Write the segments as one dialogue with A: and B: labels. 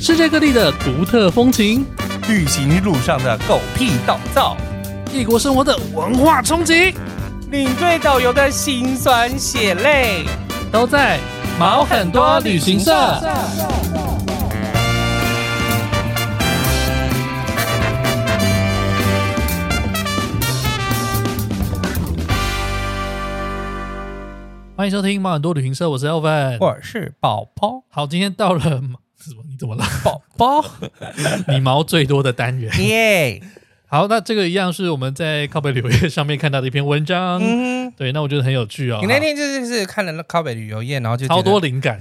A: 世界各地的独特风情，
B: 旅行路上的狗屁倒灶，
A: 异国生活的文化冲击，
B: 领队导游的辛酸血泪，
A: 都在毛很多旅行社。欢迎收听毛很多旅行社，我是 Elvin。
B: 我是宝宝，
A: 好，今天到了嗯什么？你怎么了？
B: 宝宝，
A: 你毛最多的单元。
B: 耶，
A: 好，那这个一样是我们在靠北旅游业上面看到的一篇文章。
B: 嗯哼，
A: 对，那我觉得很有趣哦。
B: 你那天就是是看了靠北旅游业，然后就觉
A: 超
B: 得
A: 多灵感，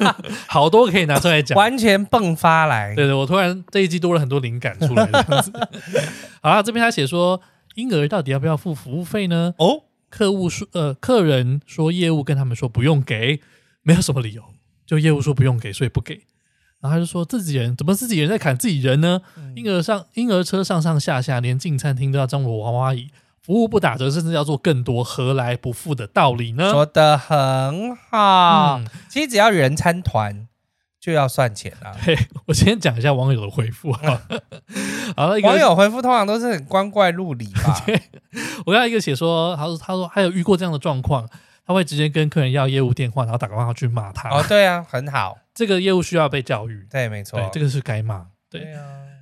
A: 好多可以拿出来 讲。
B: 完全迸发来，
A: 对对，我突然这一季多了很多灵感出来，这样子。 好啦，这边他写说，婴儿到底要不要付服务费呢？
B: 哦，
A: 客户说，呃，客人说业务跟他们说不用给，没有什么理由，就业务说不用给，所以不给。然后他就说自己人怎么自己人在砍自己人呢？
B: 嗯
A: 婴儿上婴儿车上上下下，连进餐厅都要张罗娃娃椅，服务不打折，甚至要做更多，何来不付的道理呢？
B: 说的很好。
A: 嗯
B: 其实只要人参团就要算钱啦。
A: 嘿，我先讲一下网友的回复啊。 好了，一个
B: 网友回复通常都是很光怪陆离吧？
A: 我看到一个写说，他说他说还哎有遇过这样的状况，他会直接跟客人要业务电话，然后打电话去骂他。
B: 哦，对啊，很好，
A: 这个业务需要被教育，
B: 对，没错
A: 对，，这个是该骂。对，
B: 啊，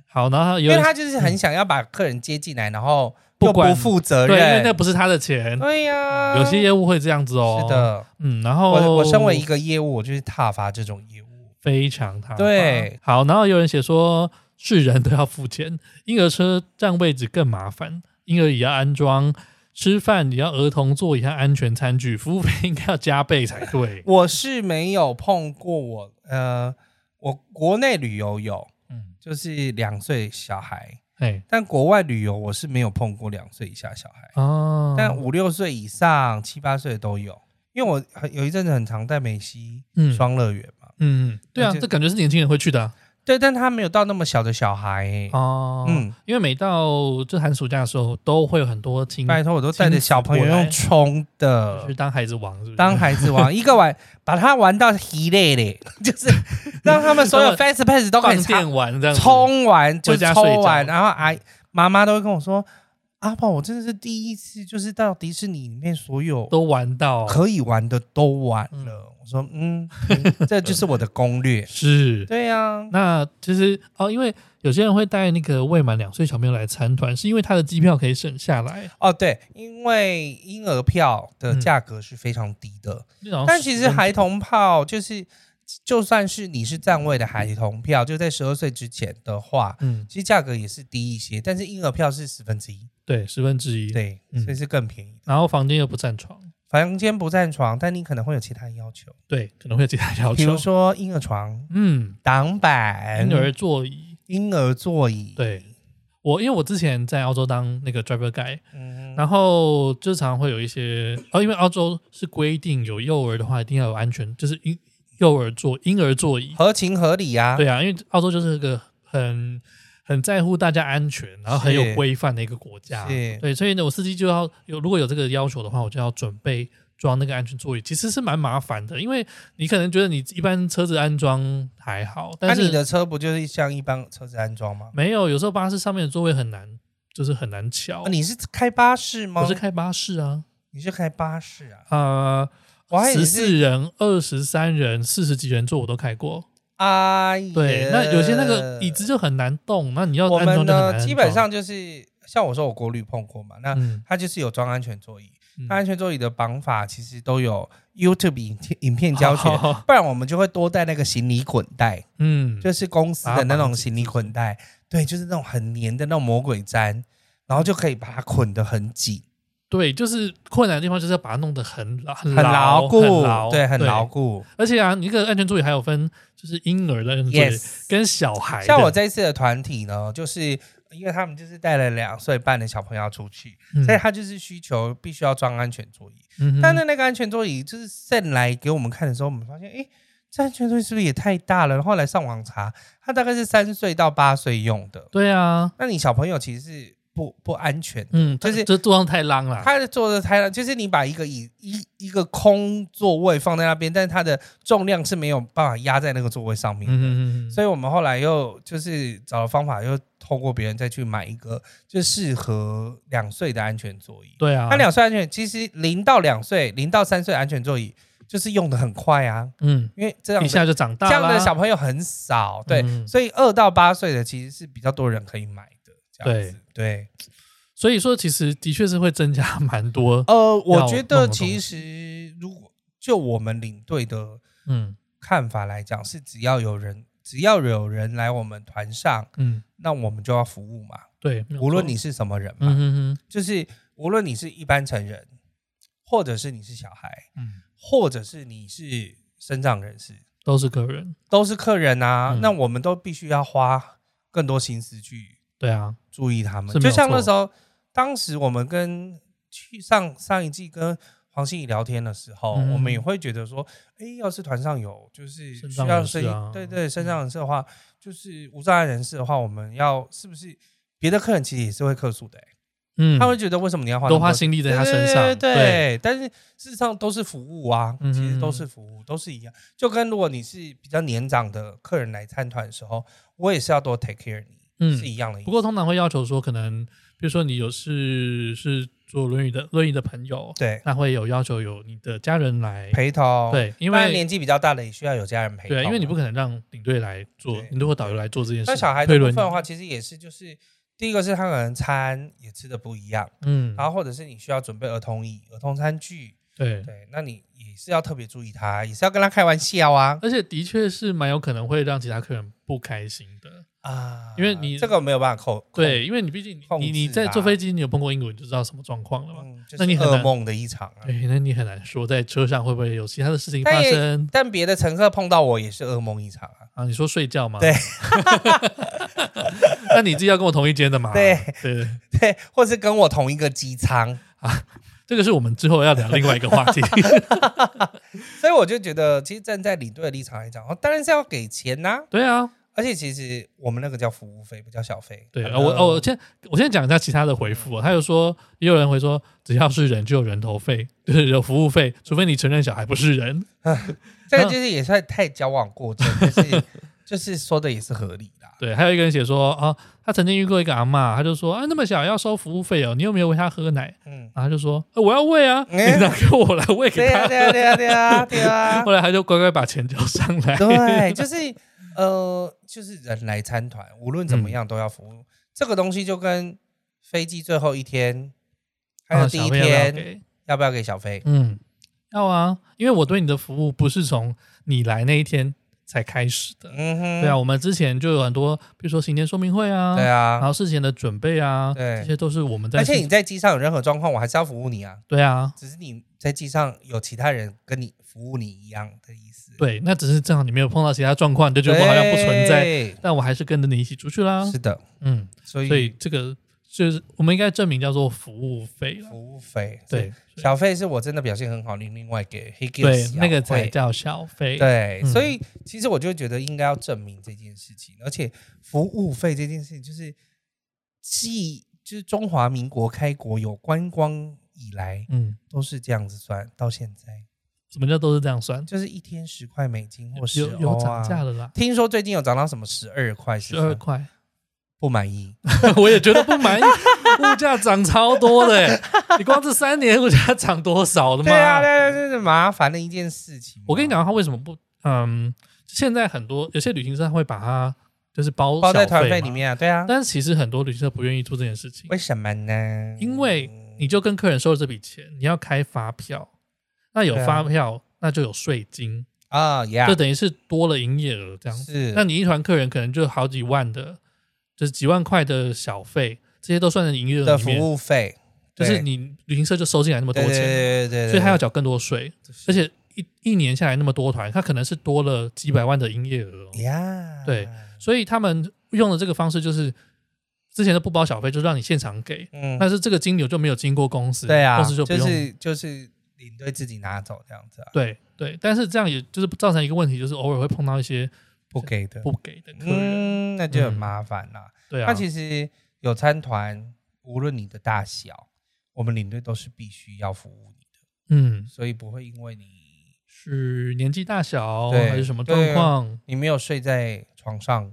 A: 好，然后
B: 因
A: 有
B: 为
A: 人
B: 他就是很想要把客人接进来，然后
A: 不
B: 又嗯不
A: 管
B: 负责
A: 对，因为那
B: 任，
A: 不是他的钱，
B: 对呀，
A: 有些业务会这样子哦。
B: 啊是，的，
A: 嗯，然后
B: 我我身为一个业务，我就是踏伐这种业务，
A: 非常他
B: 对，。
A: 好，然后有人写说是人都要付钱，婴儿车占位置更麻烦，婴儿也要安装。吃饭也要儿童座椅和安全餐具，服务费应该要加倍才对
B: 我是没有碰过我呃，我国内旅游有，
A: 嗯，
B: 就是两岁小孩，
A: 哎，
B: 但国外旅游我是没有碰过两岁以下小孩，
A: 哦，
B: 但五六岁以上、七八岁的都有，因为我很有一阵子很常带美西
A: 嗯
B: 双乐园嘛，
A: 嗯，对啊，
B: 那就
A: 这感觉是年轻人会去的啊
B: 对，但他没有到那么小的小孩、欸，
A: 哦，嗯，
B: 嗯，
A: 因为每到就寒暑假的时候，都会有很多亲
B: 拜托我都带着小朋友用冲的
A: 去。当孩子王，是不是？
B: 当孩子玩一个玩，把他玩到疲累 嘞，就是让他们 所有 fast pass 都可以
A: 放
B: 插
A: 电玩这样子，
B: 冲完就
A: 回家
B: 抽
A: 睡
B: 完，
A: 着
B: 然后阿姨妈妈都会跟我说：“阿宝，我真的是第一次，就是到迪士尼里面所有
A: 都玩到
B: 可以玩的都玩了。”我说：“嗯，嗯这就是我的攻 略。
A: 是”。
B: 对呀，
A: 那其实哦，因为有些人会带那个未满两岁小朋友来参团，是因为他的机票可以省下来。
B: 哦对，因为婴儿票的
A: 嗯
B: 价格是非常低的，
A: 然后
B: 但其实
A: 10
B: 孩童票就是，就算是你是站位的孩童票，就在十二岁之前的话，
A: 嗯，
B: 其实价格也是低一些，但是婴儿票是十分之一，
A: 对，十分之一。，
B: 对，
A: 嗯
B: 所以是更便宜的。
A: 然后房间又不占床，
B: 房间不占床，但你可能会有其他要求，
A: 对，可能会有其他要
B: 比如
A: 求。
B: 说哎婴儿床、
A: 嗯，
B: 挡板、
A: 婴儿座椅，
B: 婴儿座椅。，
A: 对我，因为我之前在澳洲当那个 driver guy，
B: 嗯哼，
A: 然后就常常会有一些，哦，因为澳洲是规定有幼儿的话一定要有安全，就是婴幼儿座、婴儿座椅。
B: 合情合理啊。
A: 对啊，因为澳洲就是个很很在乎大家安全，然后很
B: 是
A: 有规范的一个国家。
B: 是
A: 啊对，所以呢，我司机就要有如果有这个要求的话，我就要准备装那个安全座椅，其实是蛮麻烦的，因为你可能觉得你一般车子安装还好，
B: 那、
A: 但
B: 你
A: 是
B: 的车不就是像一般车子安装吗？
A: 没有，有时候巴士上面的座位很难，就是很难瞧
B: 啊。你是开巴士吗？
A: 我是开巴士啊，
B: 你是开巴士啊？
A: 啊。
B: 我还以为
A: 十
B: 是
A: 四人、二十三人、四十几人座我都开过。
B: 啊。
A: 对
B: 耶，
A: 那有些那个椅子就很难动，那你要
B: 我
A: 安装
B: 们
A: 就很难安
B: 呢，
A: 装。
B: 基本上就是像我说，我国旅碰过嘛，那
A: 嗯，
B: 它就是有装安全座椅，
A: 嗯，
B: 那安全座椅的绑法其实都有 YouTube 影片影片教学，
A: 好
B: 不然我们就会多带那个行李滚带。
A: 哦嗯，
B: 就是公司的那种行李捆带，对，就是那种很粘的那种魔鬼毡，然后就可以把它捆得很紧、
A: 对，就是困难的地方就是要把它弄得很牢很
B: 很牢固，
A: 很牢
B: 对，很牢。固。
A: 而且啊，你这个安全座椅还有分，就是婴儿的安全座椅
B: Yes，
A: 跟小孩的。
B: 像我这一次的团体呢，就是因为他们就是带了两岁半的小朋友出去，
A: 嗯，
B: 所以他就是需求必须要装安全座椅。
A: 嗯哼
B: 但是那个安全座椅就是剩来给我们看的时候，我们发现，诶，这安全座椅是不是也太大了？后来上网查，它大概是三岁到八岁用的。
A: 对啊，
B: 那你小朋友其实是不不安全。
A: 嗯，
B: 就是
A: 这桌上太浪了，
B: 它的做的太就是你把一个椅一一个空座位放在那边，但是它的重量是没有办法压在那个座位上面。
A: 嗯嗯嗯，
B: 所以我们后来又就是找了方法，又透过别人再去买一个就适合两岁的安全座椅。
A: 对啊，
B: 那两岁安全其实零到两岁、零到三岁安全座椅就是用的很快啊，
A: 嗯
B: 因为这样
A: 一
B: 的
A: 下就长大
B: 这
A: 了，
B: 样的小朋友很少，对，
A: 嗯
B: 所以二到八岁的其实是比较多人可以买的，这样子。对，
A: 所以说其实的确是会增加蛮多，
B: 呃，
A: 要
B: 我
A: 弄
B: 觉得
A: 的东
B: 其实如果就我们领队的
A: 嗯
B: 看法来讲，是只要有人只要有人来我们团上，
A: 嗯，
B: 那我们就要服务嘛，
A: 对，没有
B: 无论
A: 错
B: 你是什么人嘛，
A: 嗯嗯
B: 就是无论你是一般成人，或者是你是小孩，
A: 嗯嗯，
B: 或者是你是身障人士，
A: 都是个人，
B: 都是客人啊。
A: 嗯
B: 那我们都必须要花更多心思去
A: 对啊，
B: 注意他们
A: 是。没
B: 就
A: 有
B: 像
A: 错
B: 那时候，当时我们跟去上上一季跟黄心怡聊天的时候，
A: 嗯
B: 我们也会觉得说，哎、要是团上有就是
A: 身
B: 需
A: 障
B: 要
A: 人士
B: 声音，
A: 啊
B: 对对，身障人士的话，就是无障碍人士的话，我们要是不是别的客人其实也是会客诉的、欸
A: 嗯，
B: 他会觉得为什么你要花那
A: 多
B: 么
A: 花
B: 钱
A: 心力在他身上，
B: 对对对但是事实上都是服务啊，
A: 嗯
B: 其实都是服务，都是一样。就跟如果你是比较年长的客人来参团的时候，我也是要多 take care 你，
A: 嗯
B: 是一样的意思。
A: 不过通常会要求说，可能比如说你有是是坐轮椅的轮椅的朋友，
B: 对
A: 那会有要求有你的家人来，
B: 陪同，，
A: 对，因
B: 因为
A: 为
B: 年纪比较大的也需要有家人陪同啊。
A: 对，因为你不可能让领队来做
B: 对，
A: 领队或导游来做这件事。
B: 那小孩的
A: 推
B: 部
A: 轮
B: 分的话，其实也是就是。第一个是他可能餐也吃的不一样，
A: 嗯，
B: 然后或者是你需要准备儿童椅、儿童餐具，
A: 对，
B: 对，那你也是要特别注意他，也是要跟他开玩笑啊
A: 而且的确是蛮有可能会让其他客人不开心的。
B: 啊，
A: 因为你
B: 这个没有办法扣，
A: 对，因为你毕竟
B: 控
A: 你你
B: 制
A: 在
B: 啊
A: 坐飞机，你有碰过英国人就知道什么状况了嘛。
B: 嗯，就
A: 那
B: 是
A: 你很
B: 噩
A: 难
B: 梦的一场啊。
A: 对，那你很难说在车上会不会有其他的事情发
B: 但也
A: 生
B: 但别的乘客碰到我也是噩梦一场啊。
A: 啊？你说睡觉吗？
B: 对，
A: 那你自己要跟我同一间的嘛？
B: 对
A: 对，
B: 对，或是跟我同一个机舱，
A: 这个是我们之后要聊另外一个 话题。
B: 所以我就觉得，其实站在领队的立场来讲，哦当然是要给钱呐、
A: 对啊，
B: 而且其实我们那个叫服务费，不叫小费。嗯
A: 对，
B: 反
A: 呃
B: 正
A: 我哦，我先我先讲一下其他的回复、哦，他有说，也有人会说，只要是人就有人头费，就是有服务费，除非你承认小孩不是人。
B: 这个就是也算太矫枉过正，
A: 嗯
B: 就是就是说的也是合理的啊。
A: 对，还有一个人写说，啊，他曾经遇过一个阿嬷，他就说，啊，那么小要收服务费哦，你有没有喂他喝奶？
B: 嗯，
A: 然后他就说，呃我要喂啊， 你
B: 哎
A: 拿给我来喂 给
B: 对啊，
A: 他。
B: 对啊，对啊，对啊，对 啊
A: 后，来他就乖乖把钱交上 来。
B: 对，就是呃，就是人来参团，无论
A: 嗯
B: 怎么样都要服务。这个东西就跟飞机最后一天，还有
A: 啊
B: 第
A: 小
B: 一
A: 朋友要
B: 天，
A: 给
B: 要不要给小费？
A: 嗯，要啊，因为我对你的服务不是从你来那一天才开始的。
B: 嗯哼，
A: 对啊，，我们之前就有很多，比如说行前说明会啊，
B: 对
A: 然
B: 啊。
A: 后事前的准备啊，
B: 对
A: 这些都是我们在
B: 而
A: 事。
B: 且你在机上有任何状况，我还是要服务你啊。
A: 对啊，
B: 只是你在机上有其他人跟你服务你一样的意思。
A: 对，那只是正好你没有碰到其他状况，你就觉
B: 对，
A: 得我好像不存在，
B: 在。
A: 但我还是跟着你一起出去啦。
B: 是的，
A: 嗯，
B: 所
A: 所以
B: 以
A: 这个就是我们应该证明叫做服务费了。
B: 服务费
A: 对
B: 是小费是我真的表现很好，另另外给黑给
A: 对，那个才
B: 费。
A: 叫小费。
B: 对，
A: 嗯
B: 所以其实我就觉得应该要证明这件事情，而且服务费这件事情就是继就是中华民国开国有观光以来
A: 嗯，
B: 都是这样子算，到现在
A: 什么叫都是这样算？
B: 就是一天十块美金或十
A: 有有
B: 欧
A: 涨
B: 啊。
A: 价了啦，
B: 听说最近有涨到什么十二块，
A: 十二
B: 13
A: 块，
B: 不满意。
A: 我也觉得不满意，物价涨超多的欸、你光这三年物价涨多少的嘛？
B: 对啊，对啊，这是麻烦的一件事情哦嘛。
A: 我跟你讲，他为什么不？嗯，现在很多有些旅行社会把它就是包
B: 包在
A: 小
B: 团费
A: 嘛
B: 里，面啊，对啊，
A: 但是其实很多旅行社不愿意做这件事情
B: 为，什么呢？
A: 因为你就跟客人收了这笔钱，你要开发票，那有
B: 对啊
A: 发票，那就有税金，
B: 啊呀
A: 就，等于是多了营业额这样子。
B: 是
A: 那你一团客人可能就好几万的，就是几万块的小费，这些都算在营业额
B: 的
A: 里
B: 服
A: 面，
B: 务费，
A: 就是
B: 对
A: 你旅行社就收进来那么多
B: 对对
A: 钱，
B: 对对对，
A: 所以他要
B: 对
A: 缴更多税。而且一一年下来那么多团，他可能是多了几百万的营业额哦、
B: 嗯呀，
A: 对所以他们用的这个方式就是之前的不包小费，就让你现场给，
B: 嗯，
A: 但是这个金流就没有经过公司，
B: 对啊，
A: 公司就不用，
B: 是就是领队自己拿走这样子啊，
A: 对对，但是这样也就是造成一个问题，就是偶尔会碰到一些
B: 不给的，嗯
A: 不给的客人，
B: 嗯，那就很麻烦啦。
A: 嗯对啊，
B: 那其实有参团无论你的大小，我们领队都是必须要服务你的，
A: 嗯，
B: 所以不会因为你
A: 是年纪大小
B: 对啊
A: 还是什么状况？
B: 你没有睡在床上，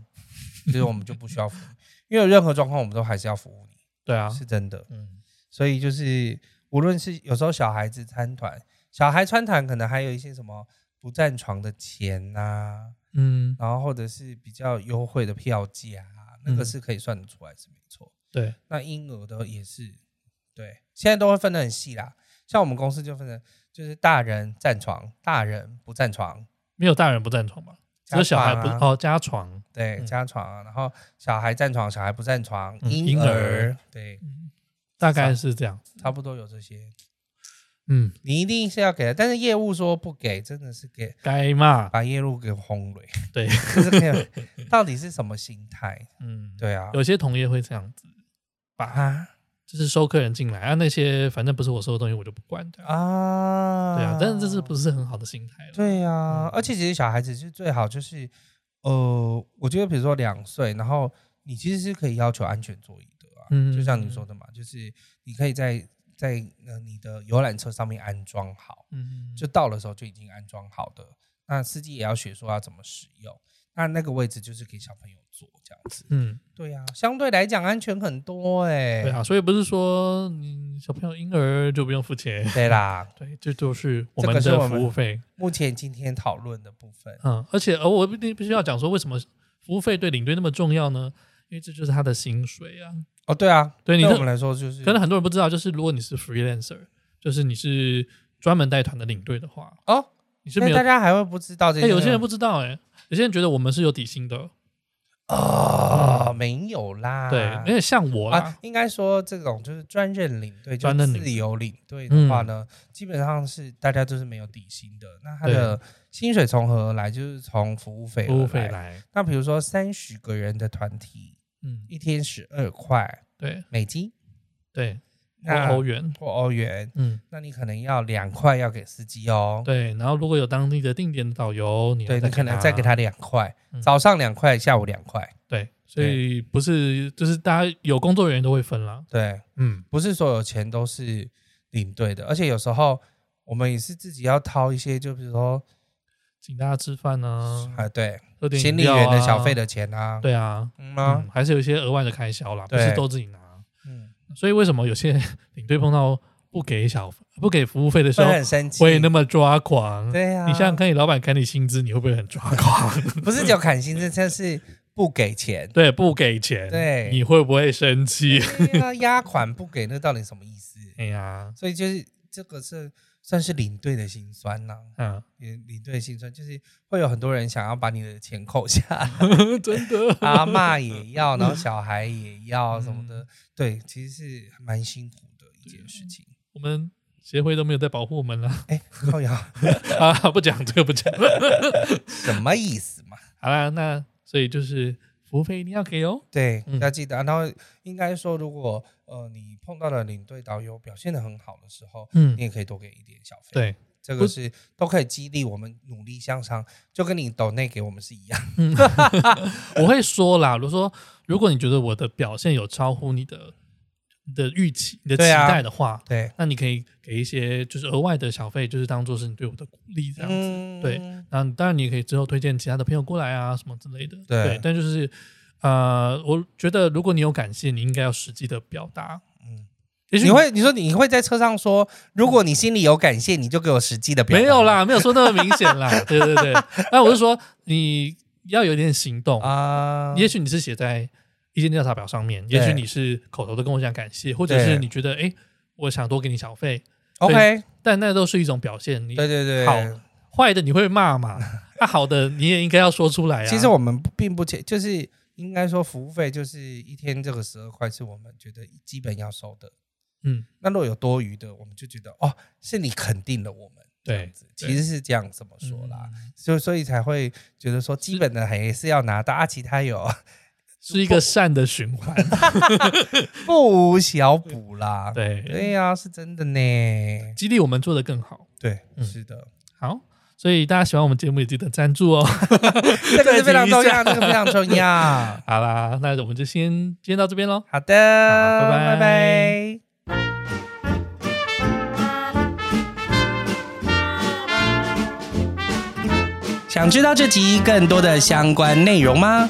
B: 其实我们就不需要服 务你，因为有任何状况我们都还是要服务你，
A: 对啊，
B: 是真的。
A: 嗯
B: 所以就是无论是有时候小孩子参团，小孩参团可能还有一些什么不占床的钱呐、
A: 嗯，
B: 然后或者是比较优惠的票价、啊，那个
A: 嗯
B: 是可以算得出来是没错。
A: 对，
B: 那婴儿的也是，对，现在都会分得很细啦。像我们公司就分成，就是大人占床，大人不占床，
A: 没有大人不占床吧？只有
B: 家
A: 小孩
B: 床
A: 不
B: 啊
A: 哦加床，
B: 对
A: 嗯
B: 加床啊，然后小孩占床，小孩不占床，
A: 嗯
B: 婴
A: 婴
B: 儿
A: 儿嗯
B: 对，
A: 大概是这样。
B: 差不多有这些，
A: 嗯，
B: 你一定是要给的。但是业务说不给，真的是给
A: 该嘛，
B: 把业务给轰 了。
A: 对，
B: 就是这样到底是什么心态？
A: 嗯，
B: 对啊，
A: 有些同业会这样子，把
B: 啊
A: 就是收客人进来啊，那些反正不是我收的东西，我就不管的。
B: 啊，
A: 对啊，但是这是不是很好的心态了？
B: 对啊，
A: 嗯
B: 而且其实小孩子是最好就是，呃，我觉得比如说两岁，然后你其实是可以要求安全座椅的啊，
A: 嗯
B: 就像你说的嘛，就是你可以在在呃你的游览车上面安装好，
A: 嗯，
B: 就到的时候就已经安装好的，那司机也要学说要怎么使用，那那个位置就是给小朋友坐这样子。
A: 嗯，
B: 对啊，相对来讲安全很多哎、
A: 对啊，所以不是说你小朋友婴儿就不用付钱，
B: 对啦，
A: 对，这就是我
B: 这个
A: 们
B: 是我
A: 的
B: 们
A: 服务费。
B: 目前今天讨论的部分，
A: 嗯，而且而我必必须要讲说，为什么服务费对领队那么重要呢？因为这就是他的薪水啊。
B: 哦，对啊，
A: 对你
B: 对
A: 这
B: 我们来说就是
A: 可能很多人不知道，就是如果你是 freelancer，就是你是专门带团的领队的话，
B: 哦，
A: 你是
B: 那
A: 没有。
B: 大家还会不知道这
A: 哎、
B: 些，
A: 有些人不知道哎、有些人觉得我们是有底薪的，
B: 啊，没有啦，
A: 对，因为像我
B: 啊
A: 啦，，
B: 应该说这种就是专任领队，就
A: 专任领队嗯
B: 自由领队的话呢，基本上是大家都是没有底薪的，那他的薪水从何而来？就是从服务费
A: 服务
B: 而
A: 费
B: 来。
A: 来，
B: 那比如说三十个人的团体，
A: 嗯，
B: 一天十二块
A: 对
B: 美金，
A: 对，或
B: 那
A: 欧元，
B: 或欧元，
A: 嗯，
B: 那你可能要两块要给司机哦，
A: 对。然后如果有当地的定点导游，你要
B: 对你可能再给他两块，
A: 嗯
B: 早上两块，下午两块，
A: 对，所以不是就是大家有工作人员都会分啦，
B: 对。
A: 嗯，
B: 不是所有钱都是领队的，而且有时候我们也是自己要掏一些，就比如说
A: 请大家吃饭啊，
B: 啊，对，
A: 喝点
B: 行
A: 饮
B: 李
A: 料啊
B: 员的小费，的钱啊，
A: 对啊，
B: 嗯
A: 嗯
B: 啊，，
A: 还是有一些额外的开销啦，不
B: 对
A: 是都自己拿。
B: 嗯，
A: 所以为什么有些 领队碰到不给小不给服务费的时
B: 会
A: 候
B: 很生气，
A: 会那么抓狂？
B: 对啊，
A: 你想想看，你老板砍你薪资，你会不会很抓狂？，
B: 不是只有砍薪，这真是不给钱
A: 对，不给钱，
B: 对
A: 你会不会生 气？
B: 对啊，压款不给，那到底什么意思？
A: 哎呀，
B: 所以就是这个是算是领队的心酸呐、
A: 嗯，
B: 也领队的心酸就是会有很多人想要把你的钱扣下，
A: 真的，
B: 阿嬷也要，然后小孩也要什么
A: 嗯
B: 的，对，其实是蛮辛苦的一件事情。
A: 我们协会都没有在保护我们了
B: 哎，靠呀，
A: 啊！不讲这个，不讲。
B: 什么意思嘛？
A: 好啦，那所以就是服务费一定要给哦。
B: 对，
A: 嗯
B: 要记得。然后应该说，如果呃你碰到了领队导游表现的很好的时候，
A: 嗯
B: 你，也可以多给一点小费。，
A: 对，
B: 这个
A: 不
B: 是都可以激励我们努力向上，就跟你抖内给我们是一样。
A: 我会说啦。如果说如果你觉得我的表现有超乎你的你的预期、你的期
B: 对啊
A: 待的话，
B: 对，
A: 那你可以给一些就是额外的小费，就是当做是你对我的鼓励这样子。
B: 嗯
A: 对那当然，你也可以之后推荐其他的朋友过来啊，什么之类的。
B: 对
A: 但就是呃，我觉得如果你有感谢，你应该要实际的表达。
B: 嗯
A: 嗯，也许
B: 你会你说你会在车上说，如果你心里有感谢，你就给我实际的表达。
A: 没有啦，没有说那么明显啦。对对对，那我是说你要有点行动。
B: 啊，
A: 也许你是写在意见调查表上面，
B: 对
A: 也许你是口头的跟我讲感谢，或者
B: 对
A: 是你觉得哎、诶我想多给你小费，
B: OK，
A: 但那都是一种表现。你
B: 对对对，
A: 好坏的你会骂嘛？ 那、好的你也应该要说出来啊。
B: 其实我们不并不切，就是应该说服务费就是一天这个十二块是我们觉得基本要收的。
A: 嗯，
B: 那如果有多余的，我们就觉得哦，是你肯定了我们。
A: 对
B: 这样子
A: 对
B: 其实是这样怎么
A: 嗯
B: 说啦，所以所以才会觉得说基本的还是要拿到啊，其他有
A: 是一个善的循环。
B: 不无小补啦。
A: 对，
B: 对呀、是真的呢。
A: 激励我们做得更好。
B: 对，
A: 嗯
B: 是的，
A: 好，所以大家喜欢我们节目也记得赞助 哦。
B: 这个是非常重要，这个非常重要。
A: 好啦，那我们就先今天到这边喽。
B: 好的，
A: 好拜拜
B: 拜拜想知道这集更多的相关内容吗？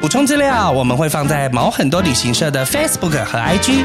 B: 补充资料我们会放在毛很多旅行社的 Facebook 和 IG，